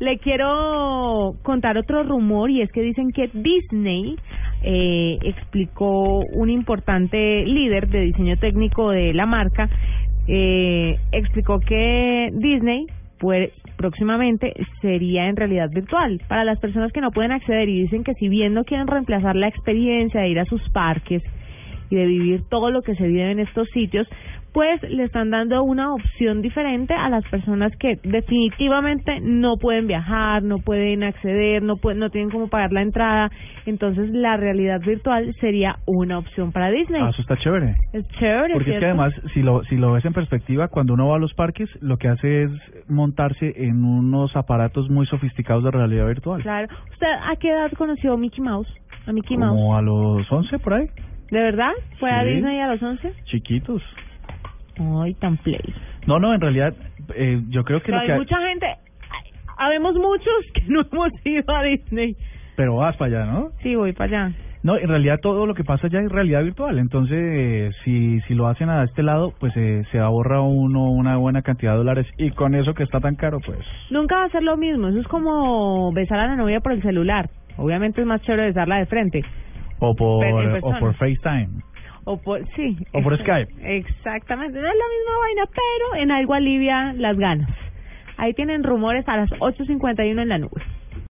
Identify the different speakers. Speaker 1: Le quiero contar otro rumor y es que dicen que Disney eh, explicó un importante líder de diseño técnico de la marca, eh, explicó que Disney pues, próximamente sería en realidad virtual para las personas que no pueden acceder y dicen que si bien no quieren reemplazar la experiencia de ir a sus parques y de vivir todo lo que se vive en estos sitios, pues le están dando una opción diferente a las personas que definitivamente no pueden viajar, no pueden acceder, no pueden, no tienen cómo pagar la entrada. Entonces la realidad virtual sería una opción para Disney.
Speaker 2: Ah, eso está chévere.
Speaker 1: Es chévere,
Speaker 2: Porque es que
Speaker 1: ¿cierto?
Speaker 2: además, si lo, si lo ves en perspectiva, cuando uno va a los parques, lo que hace es montarse en unos aparatos muy sofisticados de realidad virtual.
Speaker 1: Claro. ¿Usted a qué edad conoció a Mickey Mouse? A Mickey Mouse.
Speaker 2: Como a los 11 por ahí,
Speaker 1: ¿De verdad? ¿Fue a
Speaker 2: Sí.
Speaker 1: Disney a los 11?
Speaker 2: chiquitos.
Speaker 1: Ay, tan play.
Speaker 2: No, no, en realidad, eh, yo creo que
Speaker 1: Pero
Speaker 2: lo
Speaker 1: hay
Speaker 2: que... ha-
Speaker 1: mucha gente, ay, habemos muchos que no hemos ido a Disney.
Speaker 2: Pero vas para allá, ¿no?
Speaker 1: Sí, voy para allá.
Speaker 2: No, en realidad todo lo que pasa ya es realidad virtual. Entonces, eh, si, si lo hacen a este lado, pues eh, se ahorra uno una buena cantidad de dólares. Y con eso que está tan caro, pues...
Speaker 1: Nunca va a ser lo mismo. Eso es como besar a la novia por el celular. Obviamente es más chévere besarla de frente.
Speaker 2: O por,
Speaker 1: Pero pues, en
Speaker 2: o
Speaker 1: persona.
Speaker 2: por FaceTime.
Speaker 1: O por, sí.
Speaker 2: O por
Speaker 1: Ex-
Speaker 2: Skype.
Speaker 1: Exactamente. No es la misma vaina, pero en algo alivia las ganas. Ahí tienen rumores a las 8.51 en la nube.